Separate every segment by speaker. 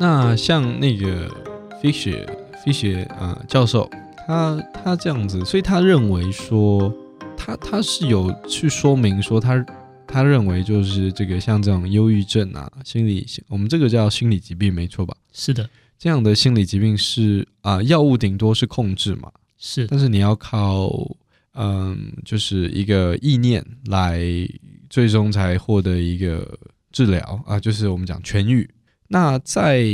Speaker 1: 那像那个 Fisher Fisher 啊、呃教授，他他这样子，所以他认为说，他他是有去说明说他他认为就是这个像这种忧郁症啊，心理我们这个叫心理疾病没错吧？
Speaker 2: 是的，
Speaker 1: 这样的心理疾病是啊、药物顶多是控制嘛，
Speaker 2: 是
Speaker 1: 但是你要靠嗯，就是一个意念来最终才获得一个治疗啊，就是我们讲痊愈。那在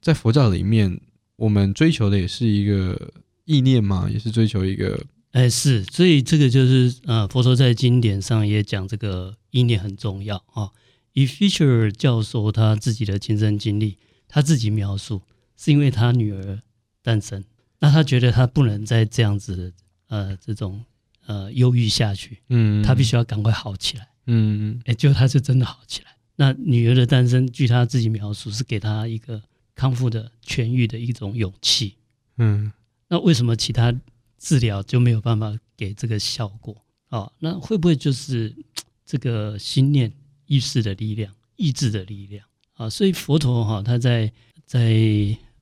Speaker 1: 在佛教里面，我们追求的也是一个意念嘛，也是追求一个
Speaker 2: 哎，是，所以这个就是呃，佛陀在经典上也讲这个意念很重要啊。以 Fisher 教授他自己的亲身经历，他自己描述，是因为他女儿诞生，那他觉得他不能再这样子呃这种呃忧郁下去，
Speaker 1: 嗯，
Speaker 2: 他必须要赶快好起来。
Speaker 1: 嗯
Speaker 2: 哎，结果他是真的好起来。那女儿的诞生，据他自己描述，是给他一个康复的、痊愈的一种勇气。
Speaker 1: 嗯
Speaker 2: 那为什么其他治疗就没有办法给这个效果啊、哦？那会不会就是嘖这个心念意识的力量、意志的力量啊？所以佛陀哈、他在在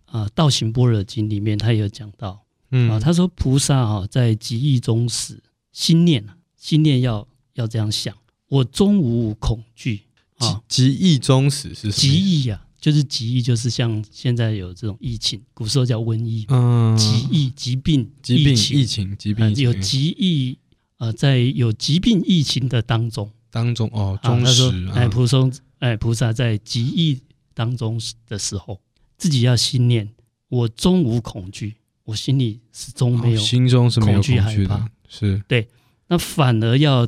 Speaker 2: 啊《道行般若经》里面，他也有讲到
Speaker 1: 嗯
Speaker 2: 啊，他说菩萨哈、在极意中时，心念啊，心念要要这样想，我终无恐惧啊。
Speaker 1: 极意终始是什么
Speaker 2: 极意啊，就是极意，就是像现在有这种疫情，古时候叫瘟疫，
Speaker 1: 嗯
Speaker 2: 疾疫、疾病、
Speaker 1: 疾病
Speaker 2: 疫情
Speaker 1: 疫情疾
Speaker 2: 呃
Speaker 1: 病
Speaker 2: 有
Speaker 1: 疫情
Speaker 2: 疾疫呃，在有疾病疫情的当中，
Speaker 1: 当中哦
Speaker 2: 啊，
Speaker 1: 终
Speaker 2: 他说
Speaker 1: 始，
Speaker 2: 哎，
Speaker 1: 啊
Speaker 2: 菩松，哎，菩萨在疾疫当中的时候，自己要心念，我终无恐惧，我心里始终
Speaker 1: 哦
Speaker 2: 没有，
Speaker 1: 心中是没有
Speaker 2: 恐惧
Speaker 1: 恐
Speaker 2: 害
Speaker 1: 惧
Speaker 2: 怕
Speaker 1: 的，是
Speaker 2: 那反而要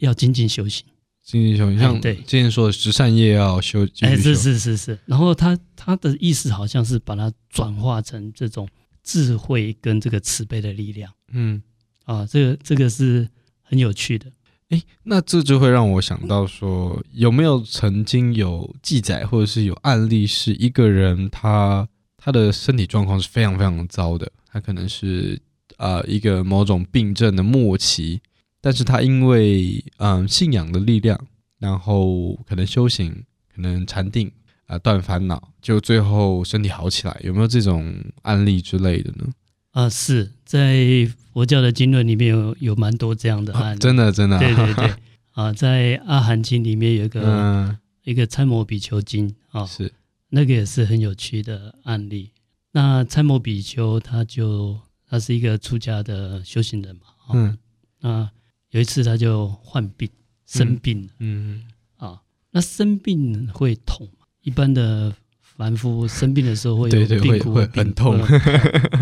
Speaker 2: 要精进修行，
Speaker 1: 经济效益，
Speaker 2: 哎
Speaker 1: 像
Speaker 2: 对
Speaker 1: 之前说的十善业要修，继
Speaker 2: 哎，
Speaker 1: 续
Speaker 2: 是
Speaker 1: 修，
Speaker 2: 是是是，然后他他的意思好像是把它转化成这种智慧跟这个慈悲的力量
Speaker 1: 嗯，
Speaker 2: 啊，这个这个是很有趣的。
Speaker 1: 哎，那这就会让我想到说，有没有曾经有记载或者是有案例，是一个人他他的身体状况是非常非常糟的，他可能是呃一个某种病症的末期，但是他因为嗯、信仰的力量，然后可能修行，可能禅定啊、断烦恼，就最后身体好起来，有没有这种案例之类的呢？
Speaker 2: 啊，是在佛教的经论里面有有蛮多这样的案
Speaker 1: 啊
Speaker 2: 例，
Speaker 1: 真的真的，
Speaker 2: 对对对啊，在《阿含经》里面有一个、
Speaker 1: 嗯，
Speaker 2: 一个参摩比丘经啊，
Speaker 1: 是，
Speaker 2: 那个也是很有趣的案例。那参摩比丘他就他是一个出家的修行人嘛，啊、
Speaker 1: 嗯
Speaker 2: 那有一次他就患病生病了、
Speaker 1: 嗯
Speaker 2: 啊，那生病会痛吗？一般的凡夫生病的时候会有
Speaker 1: 对对
Speaker 2: 病
Speaker 1: 会
Speaker 2: 苦
Speaker 1: 会
Speaker 2: 病
Speaker 1: 很痛
Speaker 2: 苦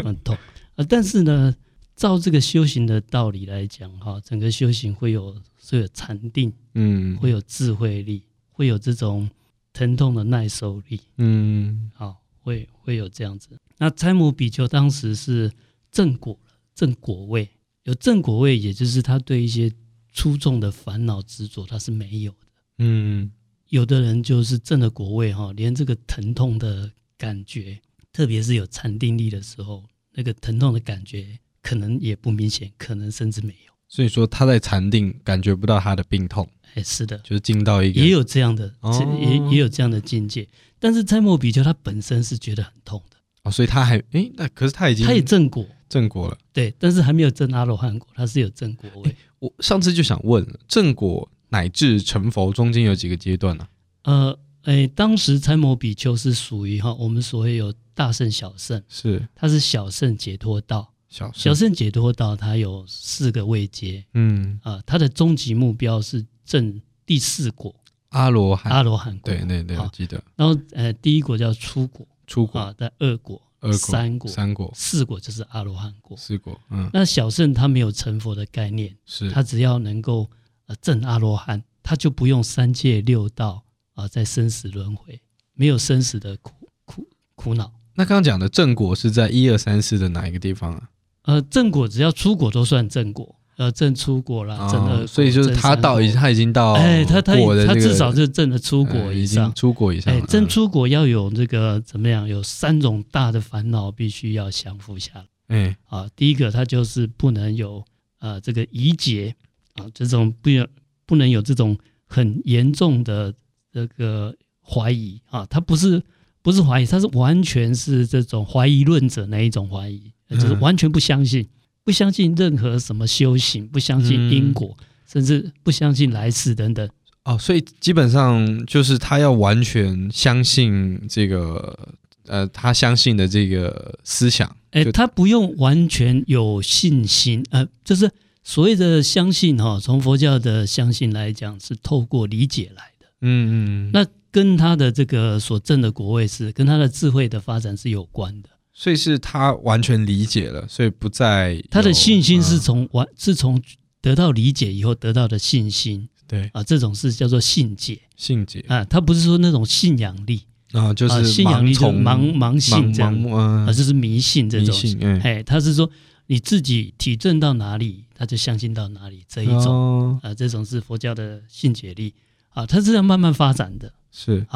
Speaker 2: 很痛。 呃，但是呢，照这个修行的道理来讲，哈、整个修行会有会有禅定，
Speaker 1: 嗯，
Speaker 2: 会有智慧力，会有这种疼痛的耐受力，
Speaker 1: 嗯
Speaker 2: 啊、会会有这样子。那参母比丘当时是正果了，正果位有正果位，也就是他对一些出众的烦恼执着他是没有的。
Speaker 1: 嗯
Speaker 2: 有的人就是正了果位哈、连这个疼痛的感觉，特别是有禅定力的时候，那个疼痛的感觉可能也不明显，可能甚至没有。
Speaker 1: 所以说他在禅定感觉不到他的病痛，
Speaker 2: 哎，是的，
Speaker 1: 就是进到一个
Speaker 2: 也有这样的，
Speaker 1: 哦
Speaker 2: 这也也有这样的境界。但是参摩比丘他本身是觉得很痛的，
Speaker 1: 哦，所以他还诶，那可是他已经
Speaker 2: 他也正果，
Speaker 1: 正果了。
Speaker 2: 对，但是还没有正阿罗汉果，他是有正果位。
Speaker 1: 我上次就想问了，正果乃至成佛中间有几个阶段呢、
Speaker 2: 呃，哎，当时参摩比丘是属于哈我们所谓有大圣小圣，
Speaker 1: 是
Speaker 2: 他是小圣解脱道，
Speaker 1: 小
Speaker 2: 小
Speaker 1: 小
Speaker 2: 圣解脱道它有四个位阶
Speaker 1: 嗯
Speaker 2: 啊，它的终极目标是正第四果
Speaker 1: 阿罗汉，
Speaker 2: 阿罗汉果，
Speaker 1: 哎对对对，
Speaker 2: 好
Speaker 1: 我记得
Speaker 2: 然后呃第一果叫初果
Speaker 1: 出果、
Speaker 2: 啊，在二果、
Speaker 1: 二果、
Speaker 2: 三果、
Speaker 1: 三果、
Speaker 2: 四果就是阿罗汉果。
Speaker 1: 四果，嗯，
Speaker 2: 那小圣他没有成佛的概念，
Speaker 1: 是
Speaker 2: 他只要能够呃证阿罗汉，他就不用三界六道啊、在生死轮回，没有生死的苦苦苦恼。
Speaker 1: 那刚刚讲的正果是在一二三四的哪一个地方啊？
Speaker 2: 呃，正果只要出果都算正果，呃，正出果啦，正二果、
Speaker 1: 哦所以就是
Speaker 2: 正
Speaker 1: 他
Speaker 2: 三
Speaker 1: 到
Speaker 2: 果
Speaker 1: 已他已经到
Speaker 2: 哎，他他
Speaker 1: 果的
Speaker 2: 他
Speaker 1: 这
Speaker 2: 至
Speaker 1: 个
Speaker 2: 少是正的
Speaker 1: 呃
Speaker 2: 出果以
Speaker 1: 已
Speaker 2: 上
Speaker 1: 经。出果以上
Speaker 2: 哎
Speaker 1: 了，，
Speaker 2: 正
Speaker 1: 嗯
Speaker 2: 出果要有这个怎么样？有三种大的烦恼必须要降服下来
Speaker 1: 哎，
Speaker 2: 啊。第一个，它就是不能有呃这个疑结啊，这种不要不能有这种很严重的这个怀疑啊，它不是不是怀疑，他是完全是这种怀疑论者那一种怀疑，
Speaker 1: 嗯
Speaker 2: 就是完全不相信，不相信任何什么修行，不相信因果，
Speaker 1: 嗯
Speaker 2: 甚至不相信来世等等。
Speaker 1: 哦，所以基本上就是他要完全相信这个呃，他相信的这个思想。
Speaker 2: 哎，
Speaker 1: 就
Speaker 2: 他不用完全有信心，呃，就是所谓的相信哈、从佛教的相信来讲，是透过理解来的。
Speaker 1: 嗯嗯，
Speaker 2: 那跟他的这个所证的国位是跟他的智慧的发展是有关的。
Speaker 1: 所以是他完全理解了，所以不再
Speaker 2: 他的
Speaker 1: 有
Speaker 2: 信心是
Speaker 1: 嗯
Speaker 2: 从完、是从得到理解以后得到的信心
Speaker 1: 对
Speaker 2: 啊，这种是叫做信解
Speaker 1: 信解
Speaker 2: 啊，他不是说那种信仰力，
Speaker 1: 啊，就
Speaker 2: 啊、
Speaker 1: 是
Speaker 2: 信仰力
Speaker 1: 盲
Speaker 2: 就是
Speaker 1: 从
Speaker 2: 盲盲信
Speaker 1: 盲
Speaker 2: 这样
Speaker 1: 盲目嗯
Speaker 2: 啊，就是迷信这
Speaker 1: 迷
Speaker 2: 种。
Speaker 1: 信嗯
Speaker 2: 哎，他是说你自己体证到哪里，他就相信到哪里这一种、
Speaker 1: 哦
Speaker 2: 啊，这种是佛教的信解力啊，它是要慢慢发展的。
Speaker 1: 是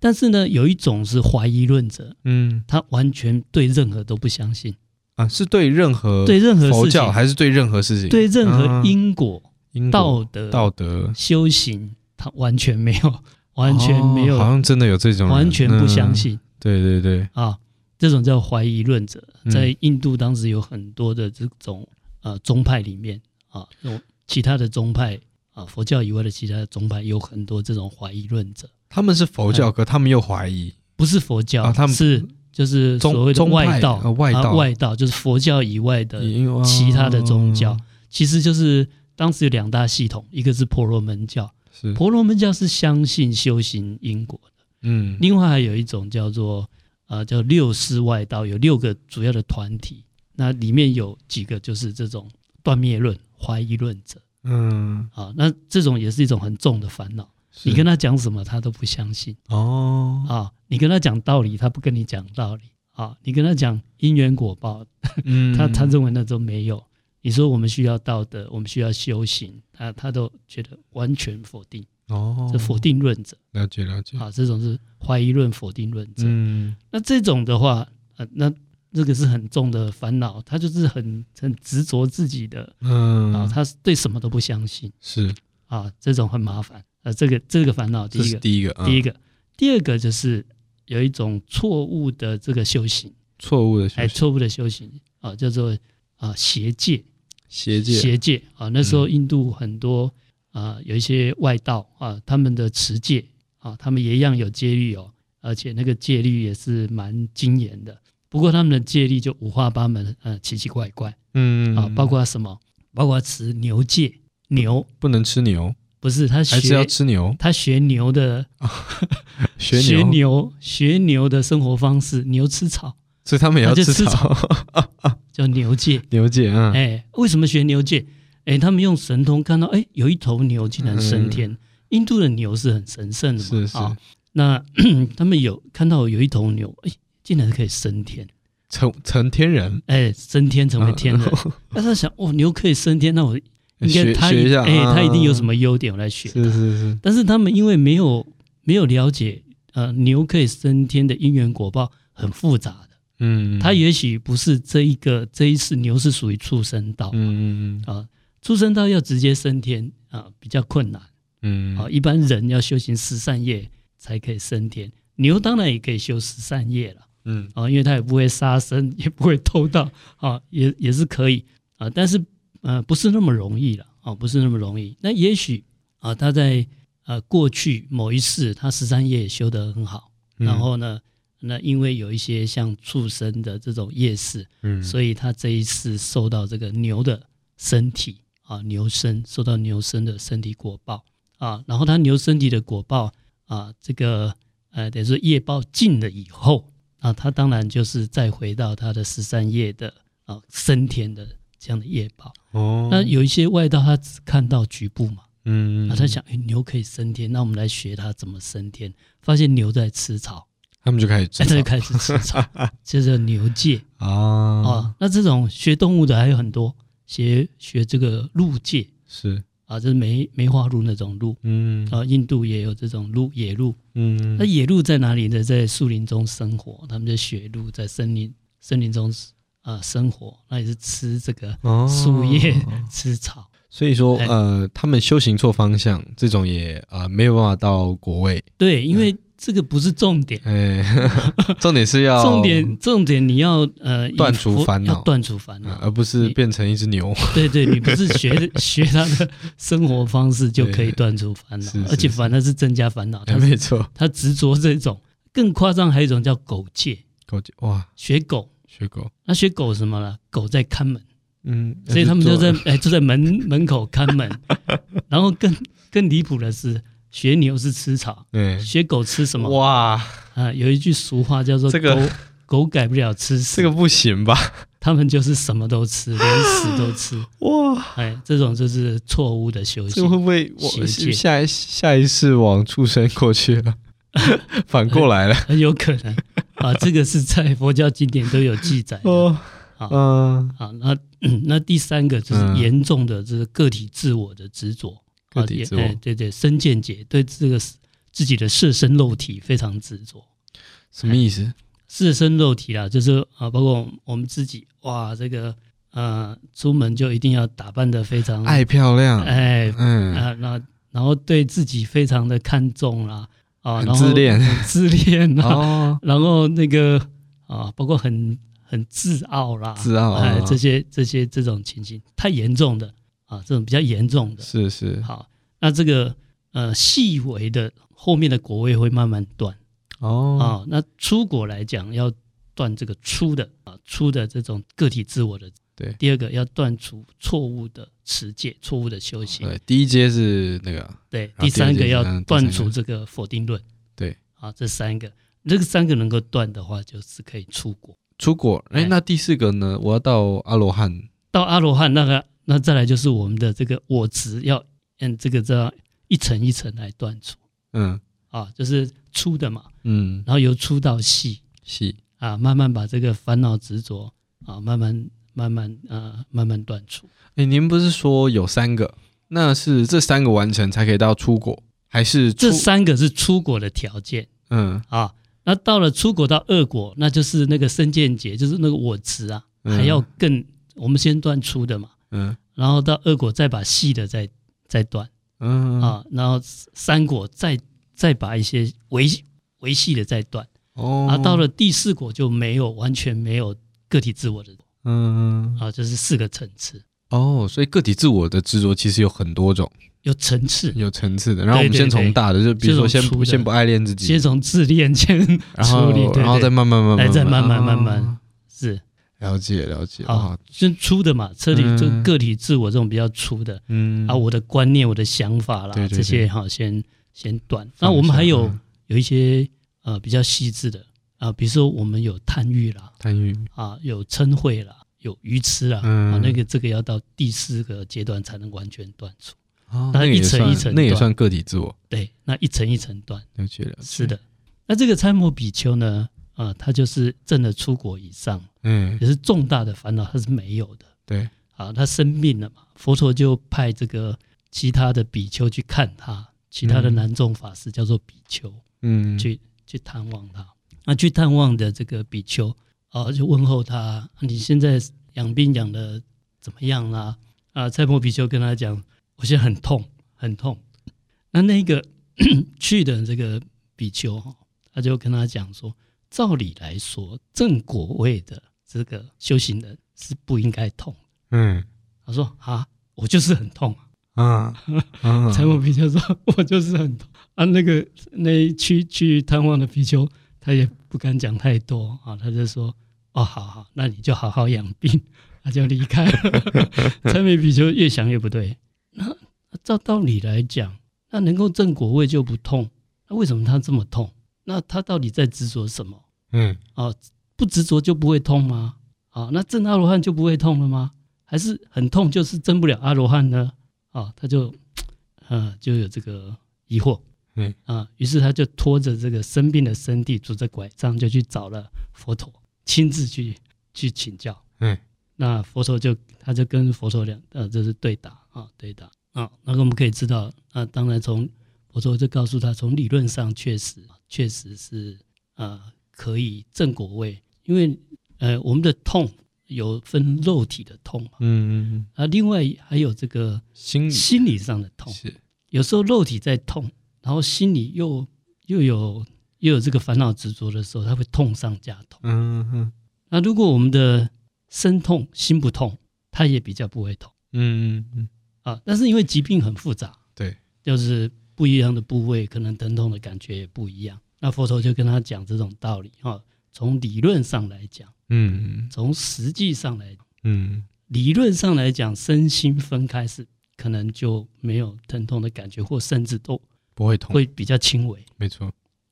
Speaker 2: 但是呢，有一种是怀疑论者，
Speaker 1: 嗯
Speaker 2: 他完全对任何都不相信，
Speaker 1: 啊，是对任何
Speaker 2: 对任何
Speaker 1: 佛
Speaker 2: 事
Speaker 1: 教
Speaker 2: 情，
Speaker 1: 还是对任何事情
Speaker 2: 对任何
Speaker 1: 啊
Speaker 2: 因果、
Speaker 1: 因果
Speaker 2: 道德、
Speaker 1: 嗯道德
Speaker 2: 修行，他完全没有，完全没有，
Speaker 1: 哦好像真的有这种人
Speaker 2: 完全不相。
Speaker 1: 嗯
Speaker 2: 信、
Speaker 1: 对对对，
Speaker 2: 啊。这种叫怀疑论者，
Speaker 1: 嗯
Speaker 2: 在印度当时有很多的这种呃宗派里面啊，有其他的宗派啊，佛教以外的其他的宗派有很多这种怀疑论者，
Speaker 1: 他们是佛
Speaker 2: 哎
Speaker 1: 教，可他们又怀疑
Speaker 2: 不是佛教，
Speaker 1: 啊他们
Speaker 2: 是就是
Speaker 1: 宗
Speaker 2: 所谓的
Speaker 1: 宗派
Speaker 2: 外道，
Speaker 1: 啊外道嗯
Speaker 2: 啊外道就是佛教以外的，
Speaker 1: 因哦为
Speaker 2: 其他的宗教
Speaker 1: 哦
Speaker 2: 其实就是当时有两大系统，一个是婆罗门教，
Speaker 1: 是
Speaker 2: 婆罗门教是相信修行因果的，
Speaker 1: 嗯
Speaker 2: 另外还有一种叫做呃叫六师外道，有六个主要的团体，那里面有几个就是这种断灭论、怀疑论者
Speaker 1: 嗯，
Speaker 2: 啊，那这种也是一种很重的烦恼，你跟
Speaker 1: 他
Speaker 2: 他讲什么他都不相信。
Speaker 1: 哦，
Speaker 2: 啊，你跟他讲道理，他不跟你讲道理啊，你跟他讲因缘果报，
Speaker 1: 嗯
Speaker 2: 他他认为那都没有。你说我们需要道德，我们需要修行，他他都觉得完全否定，
Speaker 1: 哦，
Speaker 2: 这否定论者
Speaker 1: 了解了解，
Speaker 2: 啊，这种是怀疑论、否定论者。
Speaker 1: 嗯
Speaker 2: 那这种的话，呃，那这个是很重的烦恼，他就是很很执着自己的啊，
Speaker 1: 嗯，
Speaker 2: 他是对什么都不相信
Speaker 1: 是
Speaker 2: 啊，这种很麻烦啊，这个这个烦恼第
Speaker 1: 这
Speaker 2: 一
Speaker 1: 是
Speaker 2: 个。
Speaker 1: 第一个嗯
Speaker 2: 第一
Speaker 1: 个
Speaker 2: 个，第二个就是有一种错误的这个修行，
Speaker 1: 错误的
Speaker 2: 哎，
Speaker 1: 学习
Speaker 2: 错误的修行啊，叫做啊邪戒，
Speaker 1: 邪界嗯
Speaker 2: 邪戒啊。那时候印度很多啊有一些外道啊，他们的持戒啊，他们也一样有戒律哦，而且那个戒律也是蛮精严的。不过他们的戒律就五花八门，呃，奇奇怪怪
Speaker 1: 嗯
Speaker 2: 啊，包括什么？包括持牛戒，牛
Speaker 1: 不能吃牛，
Speaker 2: 不是他
Speaker 1: 还是要
Speaker 2: 学
Speaker 1: 吃 牛，
Speaker 2: 他学牛的
Speaker 1: 学
Speaker 2: 学
Speaker 1: 牛，
Speaker 2: 牛学牛的生活方式，牛吃草
Speaker 1: 所以他们也要
Speaker 2: 他就
Speaker 1: 吃
Speaker 2: 吃
Speaker 1: 草，
Speaker 2: 叫牛戒。
Speaker 1: 牛姐啊，嗯
Speaker 2: 哎，为什么学牛戒？哎，他们用神通看到，哎，有一头牛竟然升天。印度的牛是很神圣的嘛，
Speaker 1: 嗯是是
Speaker 2: 啊那 他们有看到有一头牛，哎，竟然可以升天，
Speaker 1: 成成天人，
Speaker 2: 哎，升天成为天人。那他想，哦，牛可以升天，那我应该
Speaker 1: 学
Speaker 2: 他
Speaker 1: 学一下，嗯
Speaker 2: 哎，他一定有什
Speaker 1: 么？
Speaker 2: 么优点，我来学。
Speaker 1: 是是是，
Speaker 2: 但是他们因为没有没有了解，呃，牛可以升天的因缘果报很复杂的。
Speaker 1: 嗯，
Speaker 2: 它也许不是这一个这一次牛是属于畜生道
Speaker 1: 嗯嗯
Speaker 2: 啊，畜生道要直接升天啊比较困难
Speaker 1: 嗯嗯
Speaker 2: 啊，一般人要修行十善业才可以升天，牛当然也可以修十善业了
Speaker 1: 嗯
Speaker 2: 啊，因为它也不会杀生， 也不会偷盗啊，也也是可以啊，但是呃不是那么容易了啊，不是那么容易。那也许啊，他在呃过去某一世他十善业也修得很好，
Speaker 1: 嗯
Speaker 2: 然后呢，那因为有一些像畜生的这种业识。
Speaker 1: 嗯，
Speaker 2: 所以他这一次受到这个牛的身体啊，牛身受到牛身的身体果报啊，然后他牛身体的果报啊，这个呃，等于说业报尽了以后啊，他当然就是再回到他的十三业的啊升天的这样的业报。
Speaker 1: 哦，
Speaker 2: 那有一些外道他只看到局部嘛，
Speaker 1: 嗯，
Speaker 2: 那他想，哎，牛可以升天，那我们来学它怎么升天，发现牛在吃草，
Speaker 1: 他们就开始吃
Speaker 2: 哎 他就
Speaker 1: 草
Speaker 2: 开始吃 草，这叫牛界。
Speaker 1: 啊，
Speaker 2: 啊，那这种学动物的还有很多，学学这个鹿界
Speaker 1: 是，
Speaker 2: 啊，就是梅梅花鹿那种鹿
Speaker 1: 嗯
Speaker 2: 啊，印度也有这种鹿野鹿。
Speaker 1: 嗯
Speaker 2: 那野鹿在哪里呢？在树林中生活，他们就学鹿在森林森林中啊、生活，那也是吃这个
Speaker 1: 哦
Speaker 2: 树叶、 吃草。
Speaker 1: 所以说
Speaker 2: 哎
Speaker 1: 呃呃，他们修行错方向，这种也啊没有办法到国位，
Speaker 2: 对，因为这个不是重点，
Speaker 1: 哎， 重点是要
Speaker 2: 重点重点你要呃以
Speaker 1: 哦断除
Speaker 2: 佛
Speaker 1: 烦恼
Speaker 2: 要断除烦
Speaker 1: 嗯，
Speaker 2: 恼。
Speaker 1: 而不是变成一只 牛。
Speaker 2: 对对，你不是 学学他的生活方式就可以断除烦恼
Speaker 1: 是，是
Speaker 2: 而且
Speaker 1: 是哎
Speaker 2: 反而是增加烦恼。他
Speaker 1: 没错，
Speaker 2: 他执着这种，更夸张还有一种叫狗戒，
Speaker 1: 狗哇，
Speaker 2: 学狗。
Speaker 1: 学狗，
Speaker 2: 那学狗什么了？狗在看门，
Speaker 1: 嗯，
Speaker 2: 所以他们就在
Speaker 1: 那做
Speaker 2: 哎就在门门口看门。 然后更更离谱的是，学牛是吃草，
Speaker 1: 对
Speaker 2: 学狗吃什么？
Speaker 1: 哎哇，
Speaker 2: 啊，有一句俗话叫做“
Speaker 1: 这个
Speaker 2: 狗狗改不了吃屎”，
Speaker 1: 这个不行吧？
Speaker 2: 他们就是什么都吃，连屎都吃。
Speaker 1: 哇，
Speaker 2: 哎，这种就是错误的修
Speaker 1: 这
Speaker 2: 行
Speaker 1: 个。会不会我
Speaker 2: 邪戒
Speaker 1: 下一下一世往畜生过去了？反过来了
Speaker 2: 很有可能啊，这个是在佛教经典都有记载的。
Speaker 1: 哦，
Speaker 2: 好
Speaker 1: 嗯，
Speaker 2: 啊，那那第三个就是
Speaker 1: 嗯
Speaker 2: 严重的，就是个体自我的执着，
Speaker 1: 个体自我
Speaker 2: 啊也哎对对，身见解对这个自己的色身肉体非常执着。
Speaker 1: 什么意
Speaker 2: 嗯
Speaker 1: 思？
Speaker 2: 色身肉体啦，就是啊，包括我们我们自己，哇，这个呃，出门就一定要打扮的非常
Speaker 1: 爱漂亮，
Speaker 2: 哎
Speaker 1: 嗯，
Speaker 2: 啊，那然后对自己非常的看重啦，啊，
Speaker 1: 很
Speaker 2: 然后
Speaker 1: 自恋
Speaker 2: 很自恋啦，
Speaker 1: 哦，
Speaker 2: 然后那个啊，包括很很自傲啦，
Speaker 1: 自傲
Speaker 2: 哎、
Speaker 1: 哦
Speaker 2: 这些这些这种情形太严重的啊，这种比较严重的。
Speaker 1: 是是
Speaker 2: 好，那这个呃细微的后面的果位会慢慢断
Speaker 1: 哦，
Speaker 2: 啊。那出果来讲，要断这个粗的啊，粗的这种个体自我的。
Speaker 1: 对
Speaker 2: 第二个要断除错误的持戒、错误的修行。
Speaker 1: 对，第一阶是那个哎
Speaker 2: 对，
Speaker 1: 然后
Speaker 2: 第
Speaker 1: 第
Speaker 2: 三
Speaker 1: 二
Speaker 2: 个
Speaker 1: 件
Speaker 2: 要
Speaker 1: 事嗯第
Speaker 2: 断
Speaker 1: 三个
Speaker 2: 除这个否定论。
Speaker 1: 对，
Speaker 2: 啊，这三个，这个三个能够断的话，就是可以出国。
Speaker 1: 出国，哎
Speaker 2: 哎，
Speaker 1: 那第四个呢？我要到阿罗汉，
Speaker 2: 到阿罗汉那个，那再来就是我们的这个我执要，嗯，这个这样一层一层来断除
Speaker 1: 嗯
Speaker 2: 啊，就是粗的嘛，
Speaker 1: 嗯，
Speaker 2: 然后由粗到细
Speaker 1: 细
Speaker 2: 啊，慢慢把这个烦恼执着啊，慢慢慢慢呃慢慢断除。
Speaker 1: 哎，您不是说有三个？那是这三个完成才可以到出国，还是出
Speaker 2: 这三个是出国的条件
Speaker 1: 嗯
Speaker 2: 啊。那到了出国到恶国，那就是那个身见解，就是那个我执啊，
Speaker 1: 嗯
Speaker 2: 还要更，我们先断粗的嘛，
Speaker 1: 嗯
Speaker 2: 然后到恶果再把细的再再断。
Speaker 1: 嗯
Speaker 2: 啊，然后三果再再把一些维维系的再断，
Speaker 1: 哦
Speaker 2: 啊，到了第四果就没有完全没有个体自我的
Speaker 1: 嗯
Speaker 2: 啊，就是四个层次，
Speaker 1: 哦，所以个体自我的执着其实有很多种，
Speaker 2: 有层次，
Speaker 1: 有层次的。然后我们
Speaker 2: 对
Speaker 1: 先
Speaker 2: 对
Speaker 1: 从大的，就比如说
Speaker 2: 先
Speaker 1: 先
Speaker 2: 从
Speaker 1: 不
Speaker 2: 粗的
Speaker 1: 先不爱恋自
Speaker 2: 先
Speaker 1: 己，
Speaker 2: 从自恋先
Speaker 1: 然
Speaker 2: 处
Speaker 1: 后
Speaker 2: 理，对
Speaker 1: 嗯然后
Speaker 2: 对
Speaker 1: 再慢慢慢
Speaker 2: 哎
Speaker 1: 慢
Speaker 2: 再慢慢慢
Speaker 1: 哦
Speaker 2: 慢是
Speaker 1: 了解了解
Speaker 2: 啊
Speaker 1: 啊，，
Speaker 2: 先粗的嘛，彻底就
Speaker 1: 嗯
Speaker 2: 个体自我这种比较粗的
Speaker 1: 嗯
Speaker 2: 啊，我的观念、我的想法啦
Speaker 1: 对对
Speaker 2: 这些
Speaker 1: 对
Speaker 2: 哈，先先断。
Speaker 1: 放
Speaker 2: 那我们
Speaker 1: 下
Speaker 2: 还有
Speaker 1: 嗯
Speaker 2: 有一些呃比较细致的啊，比如说我们有贪欲啦。
Speaker 1: 贪欲
Speaker 2: 啊，有嗔恚啦，有愚痴啦，
Speaker 1: 嗯
Speaker 2: 啊，那个这个要到第四个阶段才能完全断除。
Speaker 1: 哦
Speaker 2: 那
Speaker 1: 那个
Speaker 2: 一
Speaker 1: 也
Speaker 2: 层
Speaker 1: 算
Speaker 2: 一层
Speaker 1: 那也
Speaker 2: 断
Speaker 1: 算个体自我，
Speaker 2: 对，那一层一层断，
Speaker 1: 了解了解，
Speaker 2: 是，的。那这个参摩比丘呢，啊，他就是证了出国以上，
Speaker 1: 嗯
Speaker 2: 也是重大的烦恼他是没有的。
Speaker 1: 对，
Speaker 2: 啊，他生病了嘛，佛陀就派这个其他的比丘去看他，其他的
Speaker 1: 嗯
Speaker 2: 南众法师叫做比丘，
Speaker 1: 嗯
Speaker 2: 去去探望他。那去探望的这个比丘啊、就问候他，啊你现在养病养的怎么样啦、啊？蔡莫比丘跟他讲，我现在很痛，很痛。那那个 去的这个比丘哈，他就跟他讲说，照理来说，正果位的这个修行人是不应该痛。
Speaker 1: 嗯
Speaker 2: 他说啊，我就是很痛。
Speaker 1: 啊啊
Speaker 2: 财务比丘说：“ 我就是很痛啊。”那个那一去去探望的比丘，他也不敢讲太多啊，他就说：“哦，好好，那你就好好养病。” 他就离开了。 财务比丘越想越不对，那照道理来讲，那能够正果位就不痛，那为什么他这么痛？那他到底在执着什么？
Speaker 1: 嗯
Speaker 2: 啊不执着就不会痛吗？啊，那正阿罗汉就不会痛了吗？还是很痛就是证不了阿罗汉呢？啊，他就呃就有这个疑惑，
Speaker 1: 嗯
Speaker 2: 啊，于是他就拖着这个生病的身体，拄着拐杖就去找了佛陀，亲自去去请教。
Speaker 1: 嗯，
Speaker 2: 那佛陀就他就跟佛陀两呃这是对答啊对答啊，那个我们可以知道，那、当然从佛陀就告诉他，从理论上确实啊确实是呃可以正果位，因为呃我们的痛有分肉体的痛嘛，
Speaker 1: 嗯嗯，
Speaker 2: 啊另外还有这个
Speaker 1: 心理
Speaker 2: 心理上的痛，
Speaker 1: 是
Speaker 2: 有时候肉体在痛，然后心里又又有又有这个烦恼执着的时候，它会痛上加痛。
Speaker 1: 嗯嗯
Speaker 2: 那如果我们的身痛心不痛，它也比较不会痛
Speaker 1: 嗯嗯
Speaker 2: 啊。但是因为疾病很复杂，
Speaker 1: 对，
Speaker 2: 就是不一样的部位，可能疼痛的感觉也不一样。那佛陀就跟他讲这种道理哈、从理论上来讲，
Speaker 1: 嗯
Speaker 2: 从实际上来讲，
Speaker 1: 嗯
Speaker 2: 理论上来讲，身心分开是可能就没有疼痛的感觉，或甚至都
Speaker 1: 不会痛，
Speaker 2: 会比较轻微。
Speaker 1: 没错，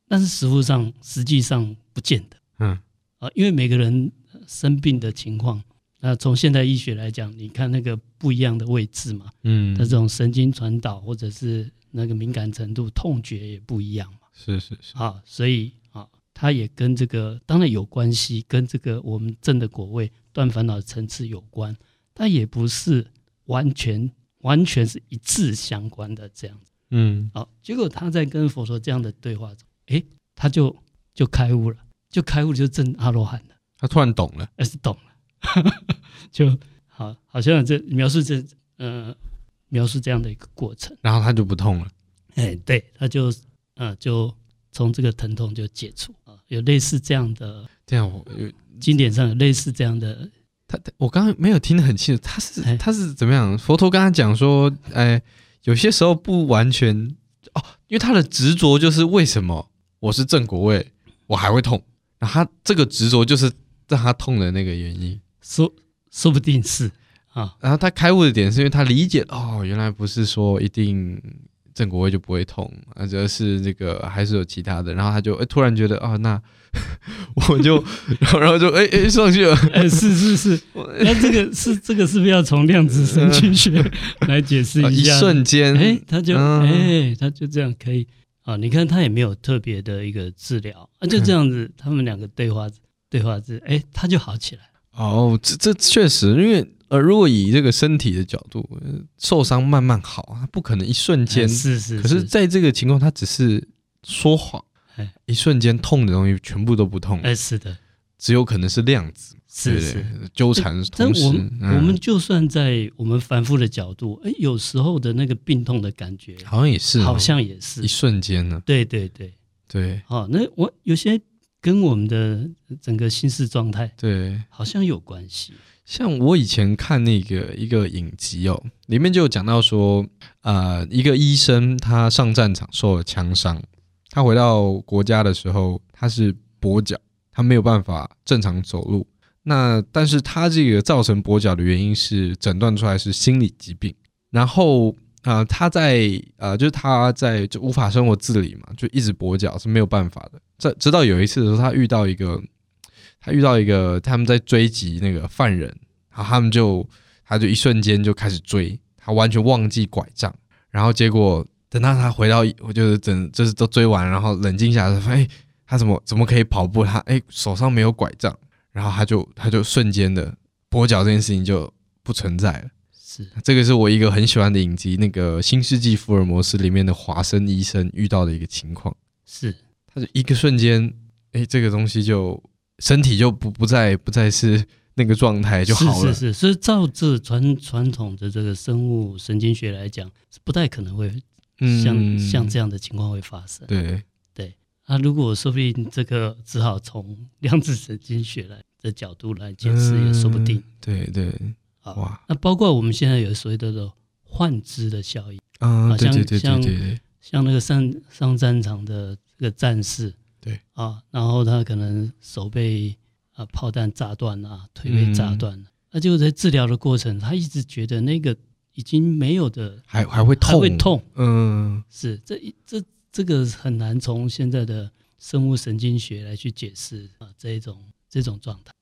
Speaker 2: 但是实物上，实际上不见得。
Speaker 1: 嗯
Speaker 2: 啊，因为每个人呃生病的情况，那从现代医学来讲，你看那个不一样的位置嘛，
Speaker 1: 嗯
Speaker 2: 那，这种神经传导或者是那个敏感程度、痛觉也不一样嘛，
Speaker 1: 是是是，
Speaker 2: 啊，所以啊，它也跟这个当然有关系，跟这个我们正的果位断烦恼的层次有关，但也不是完全完全是一致相关的这样子。
Speaker 1: 嗯
Speaker 2: 好、结果他在跟佛陀这样的对话中，诶，他就就开悟了，就开悟就证阿罗汉了。
Speaker 1: 他突然懂了，
Speaker 2: 而是懂了， 就好，好像这描述这呃描述这样的一个过程，
Speaker 1: 然后他就不痛了，
Speaker 2: 哎，对，他就呃就从这个疼痛就解除啊、有类似这样的
Speaker 1: 这样我有
Speaker 2: 经典上有类似这样的，
Speaker 1: 他他我刚刚没有听得很清楚，他
Speaker 2: 哎
Speaker 1: 是他是怎么样？佛陀跟他讲说，哎，有些时候不完全哦，因为他的执着就是为什么我是正果位，我还会痛，然后他这个执着就是让他痛的那个原因。
Speaker 2: 说说不定是啊，
Speaker 1: 然后他开悟的点是因为他理解哦，原来不是说一定郑国威就不会痛，而则是这个还是有其他的。然后他就、哎突然觉得哦，那 我就 然后然后就哎哎上去了，
Speaker 2: 呃，是是是，那这个是这个是不是要从量子神经学来解释
Speaker 1: 呃啊一
Speaker 2: 下？
Speaker 1: 瞬间，
Speaker 2: 哎，他就
Speaker 1: 嗯
Speaker 2: 哎，他就这样可以啊。你看他也没有特别的一个治疗，啊，
Speaker 1: 嗯
Speaker 2: 就这样子，他们两个对话对话是，哎，他就好起来。
Speaker 1: 哦，这这确实，因为呃，如果以这个身体的角度，呃受伤慢慢好，他不可能一瞬间。
Speaker 2: 哎是是，
Speaker 1: 可是在这个情况，他只是说谎
Speaker 2: 哎，
Speaker 1: 一瞬间痛的东西全部都不痛，
Speaker 2: 哎，是的，
Speaker 1: 只有可能是量子。
Speaker 2: 是
Speaker 1: 对
Speaker 2: 是。
Speaker 1: 对纠缠
Speaker 2: 但
Speaker 1: 同时，
Speaker 2: 我们
Speaker 1: 嗯
Speaker 2: 我们就算在我们凡夫的角度，哎，有时候的那个病痛的感觉，
Speaker 1: 好像也是哦，
Speaker 2: 好像也是
Speaker 1: 一，瞬间呢，
Speaker 2: 对对对，
Speaker 1: 对
Speaker 2: 哦，那我有些跟我们的整个心事状态
Speaker 1: 对。
Speaker 2: 好像有关系。
Speaker 1: 像我以前看那个一个影集哦，里面就有讲到说，呃，一个医生他上战场受了枪伤，他回到国家的时候他是跛脚，他没有办法正常走路。那但是他这个造成跛脚的原因是诊断出来是心理疾病，然后啊、呃他在呃就是他在就无法生活自理嘛，就一直跛脚是没有办法的。这直到有一次的时候，他遇到一个他遇到一个他们在追击那个犯人，然后他们就他就一瞬间就开始追，他完全忘记拐杖，然后结果等到他回到，我就是整就是都追完，然后冷静下来，发现哎他怎么怎么可以跑步？他哎手上没有拐杖，然后他就他就瞬间的跛脚这件事情就不存在了。
Speaker 2: 是，
Speaker 1: 这个是我一个很喜欢的影集，那个《新世纪福尔摩斯》里面的华生医生遇到的一个情况。
Speaker 2: 是，
Speaker 1: 他就一个瞬间，哎，这个东西就身体就不不再不再是那个状态就好了。
Speaker 2: 是是是，所以照这传传统的这个生物神经学来讲，是不太可能会像、像这
Speaker 1: 样。
Speaker 2: 样的情况会发生。
Speaker 1: 嗯对，
Speaker 2: 那如果说不定这个只好从量子神经学来的角度来解释，也说不定
Speaker 1: 嗯。对对，
Speaker 2: 啊。
Speaker 1: 哇，
Speaker 2: 那包括我们现在有所谓的这种幻肢的效应，
Speaker 1: 啊，
Speaker 2: 好
Speaker 1: 对
Speaker 2: 像
Speaker 1: 对对对
Speaker 2: 像
Speaker 1: 对对，
Speaker 2: 像那个上上战场的这个战士，
Speaker 1: 对
Speaker 2: 啊，然后他可能手被啊炮弹炸断啊，腿被炸
Speaker 1: 嗯
Speaker 2: 断了，那就在治疗的过程，他一直觉得那个已经没有的
Speaker 1: 还还会
Speaker 2: 还
Speaker 1: 痛，
Speaker 2: 会，痛，
Speaker 1: 嗯，
Speaker 2: 是这一这这个很难从现在的生物神经学来去解释啊这一种这种状态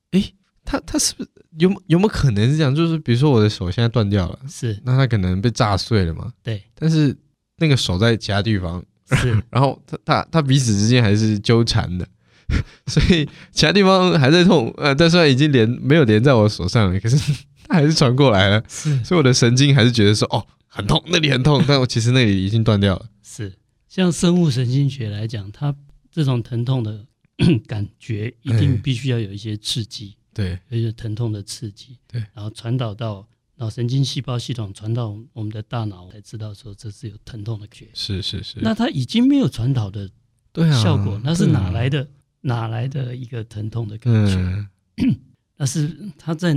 Speaker 1: 他他是不是有有没有可能是这样？就是比如说我的手现在断掉了，
Speaker 2: 是
Speaker 1: 那他可能被炸碎了嘛，
Speaker 2: 对
Speaker 1: 但是那个手在其他地方，
Speaker 2: 是
Speaker 1: 然后他他他彼此之间还是纠缠的， 所以其他地方还在痛，呃，但虽然已经连没有连在我手上了，可是它还是传过来了，
Speaker 2: 是
Speaker 1: 所以我的神经还是觉得说哦很痛，那里很 痛，但我其实那里已经断掉了。
Speaker 2: 是，像生物神经学来讲，它这种疼痛的 感觉一定
Speaker 1: 哎
Speaker 2: 必须要有一些刺激。
Speaker 1: 对，
Speaker 2: 有一些疼痛的刺激，
Speaker 1: 对，
Speaker 2: 然后传导到脑神经细胞系统，传到我们的大脑，才知道说这是有疼痛的觉。
Speaker 1: 是是是，
Speaker 2: 那它已经没有传导的
Speaker 1: 对啊，
Speaker 2: 效果，那是
Speaker 1: 对啊
Speaker 2: 哪来的、哪来的一个疼痛的感觉？
Speaker 1: 嗯，
Speaker 2: 那是它在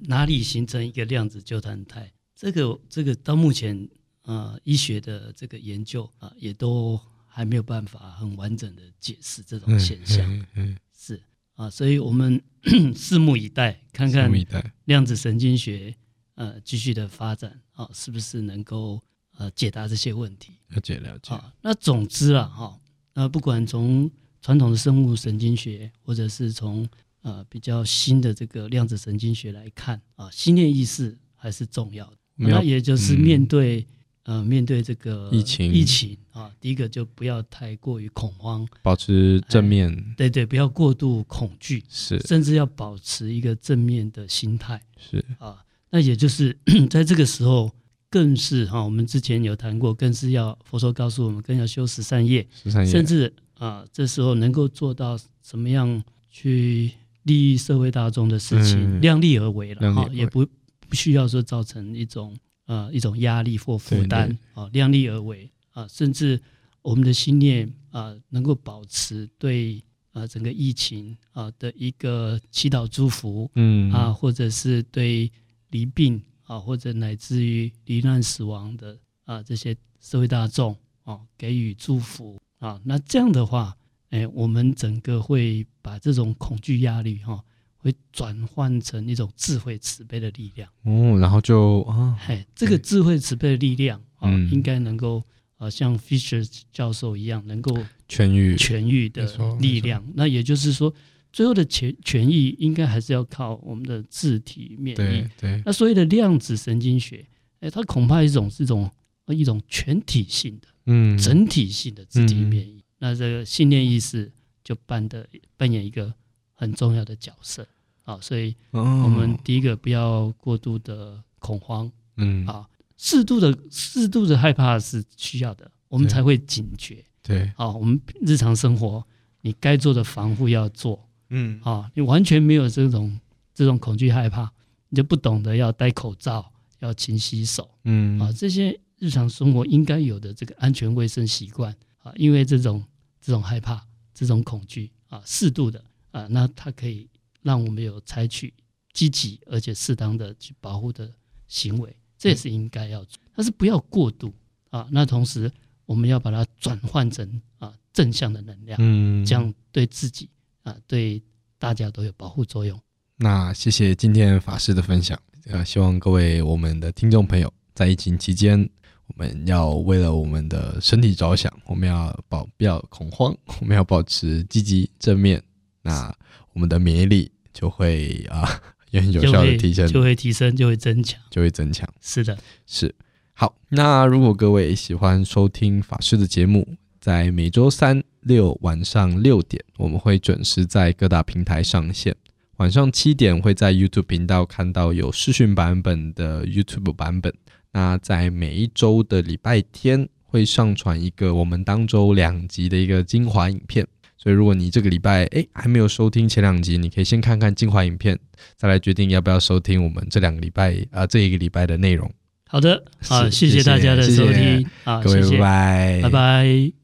Speaker 2: 哪里形成一个量子纠缠态？这个这个到目前呃医学的这个研究啊、也都还没有办法很完整的解释这种
Speaker 1: 嗯
Speaker 2: 现象、
Speaker 1: 嗯嗯，
Speaker 2: 是啊、所以我们 拭目以待，看
Speaker 1: 拭
Speaker 2: 看
Speaker 1: 目以待。
Speaker 2: 量子神经学呃继续的发展啊、是不是能够呃解答这些问题？
Speaker 1: 了解了解，
Speaker 2: 啊，那总之啊，哈、呃，不管从传统的生物神经学，或者是从呃比较新的这个量子神经学来看啊，心念意识还是重要的。
Speaker 1: 我们要
Speaker 2: 那也就是
Speaker 1: 嗯
Speaker 2: 面对、呃面对这个
Speaker 1: 疫情
Speaker 2: 疫情啊，第一个就不要太过于恐慌，
Speaker 1: 保持正面，
Speaker 2: 对对，不要过度恐惧，
Speaker 1: 是
Speaker 2: 哎甚至要保持一个正面的心态。
Speaker 1: 是，
Speaker 2: 啊，那也就是 在这个时候，更是哈、我们之前有谈过，更是要佛说告诉我们，更要修十善业，
Speaker 1: 十三页
Speaker 2: 甚，至啊，这时候能够做到怎么样去利益社会大众的事情，
Speaker 1: 嗯
Speaker 2: 量力而为了
Speaker 1: 量力
Speaker 2: 哈、
Speaker 1: 而为
Speaker 2: 也不不需要说造成一种呃一种压力或负
Speaker 1: 对
Speaker 2: 担
Speaker 1: 对
Speaker 2: 啊，量力而为啊，甚至我们的心念啊，能够保持对啊整个疫情啊的一个祈祷祝福，
Speaker 1: 嗯
Speaker 2: 啊，，或者是对离病啊，或者乃至于罹难死亡的啊这些社会大众啊给予祝福啊，那这样的话，哎，我们整个会把这种恐惧压力哈、会转换成一种智慧慈悲的力量。
Speaker 1: 哦，然后就啊，
Speaker 2: 哎，这个智慧慈悲的力量啊，
Speaker 1: 嗯
Speaker 2: 应该能够啊像 Fisher 教授一样，能够
Speaker 1: 痊愈，
Speaker 2: 痊愈
Speaker 1: 没
Speaker 2: 的
Speaker 1: 错没
Speaker 2: 力
Speaker 1: 错
Speaker 2: 量。那也就是说，最后的痊痊愈应该还是要靠我们的自体免疫
Speaker 1: 对。对，
Speaker 2: 那所谓的量子神经学，哎，它恐怕一种是一种呃一种全体性的、
Speaker 1: 嗯，
Speaker 2: 整体性的自体
Speaker 1: 嗯
Speaker 2: 免疫。那这个信念意识就扮的扮演一个很重要的角色啊。所以
Speaker 1: 哦
Speaker 2: 我们第一个不要过度的恐慌
Speaker 1: 嗯，
Speaker 2: 啊，适度的适度的害怕是需要的，我们
Speaker 1: 对
Speaker 2: 才会警觉。
Speaker 1: 对，
Speaker 2: 啊，我们日常生活你该做的防护要做
Speaker 1: 嗯，
Speaker 2: 啊，你完全没有这种这种恐惧害怕，你就不懂得要戴口罩、要勤洗手
Speaker 1: 嗯
Speaker 2: 啊，这些日常生活应该有的这个安全卫生习惯啊，因为这种这种害怕、这种恐惧啊，适度的啊，那它可以让我们有采取积极而且适当的去保护的行为，这也是应该要做，但是不要过度啊。那同时我们要把它转换成啊正向的能量，
Speaker 1: 嗯，
Speaker 2: 这样对自己啊对大家都有保护作用。
Speaker 1: 那谢谢今天法师的分享，呃，希望各位我们的听众朋友，在疫情期间，我们要为了我们的身体着想，我们要保不要恐慌，我们要保持积极正面，那我们的免疫力就会啊、 也很有
Speaker 2: 就
Speaker 1: 效
Speaker 2: 会
Speaker 1: 的提升，
Speaker 2: 就会提升，就会增强。
Speaker 1: 就会增强。
Speaker 2: 是的，
Speaker 1: 是，好，那如果各位喜欢收听法师的节目，在每周三六晚上六点，我们会准时在各大平台上线。晚上七点会在 YouTube 频道看到有视讯版本的 YouTube 版本。那在每一周的礼拜天会上传一个我们当周两集的一个精华影片。所以，如果你这个礼拜诶还没有收听前两集，你可以先看看精华影片，再来决定要不要收听我们这两个礼拜啊、呃这一个礼拜的内容。
Speaker 2: 好的，啊，
Speaker 1: 是
Speaker 2: 谢
Speaker 1: 谢谢
Speaker 2: 大家的
Speaker 1: 谢
Speaker 2: 收
Speaker 1: 谢
Speaker 2: 听，啊，
Speaker 1: 各位
Speaker 2: 谢谢，
Speaker 1: 拜拜，
Speaker 2: 拜拜。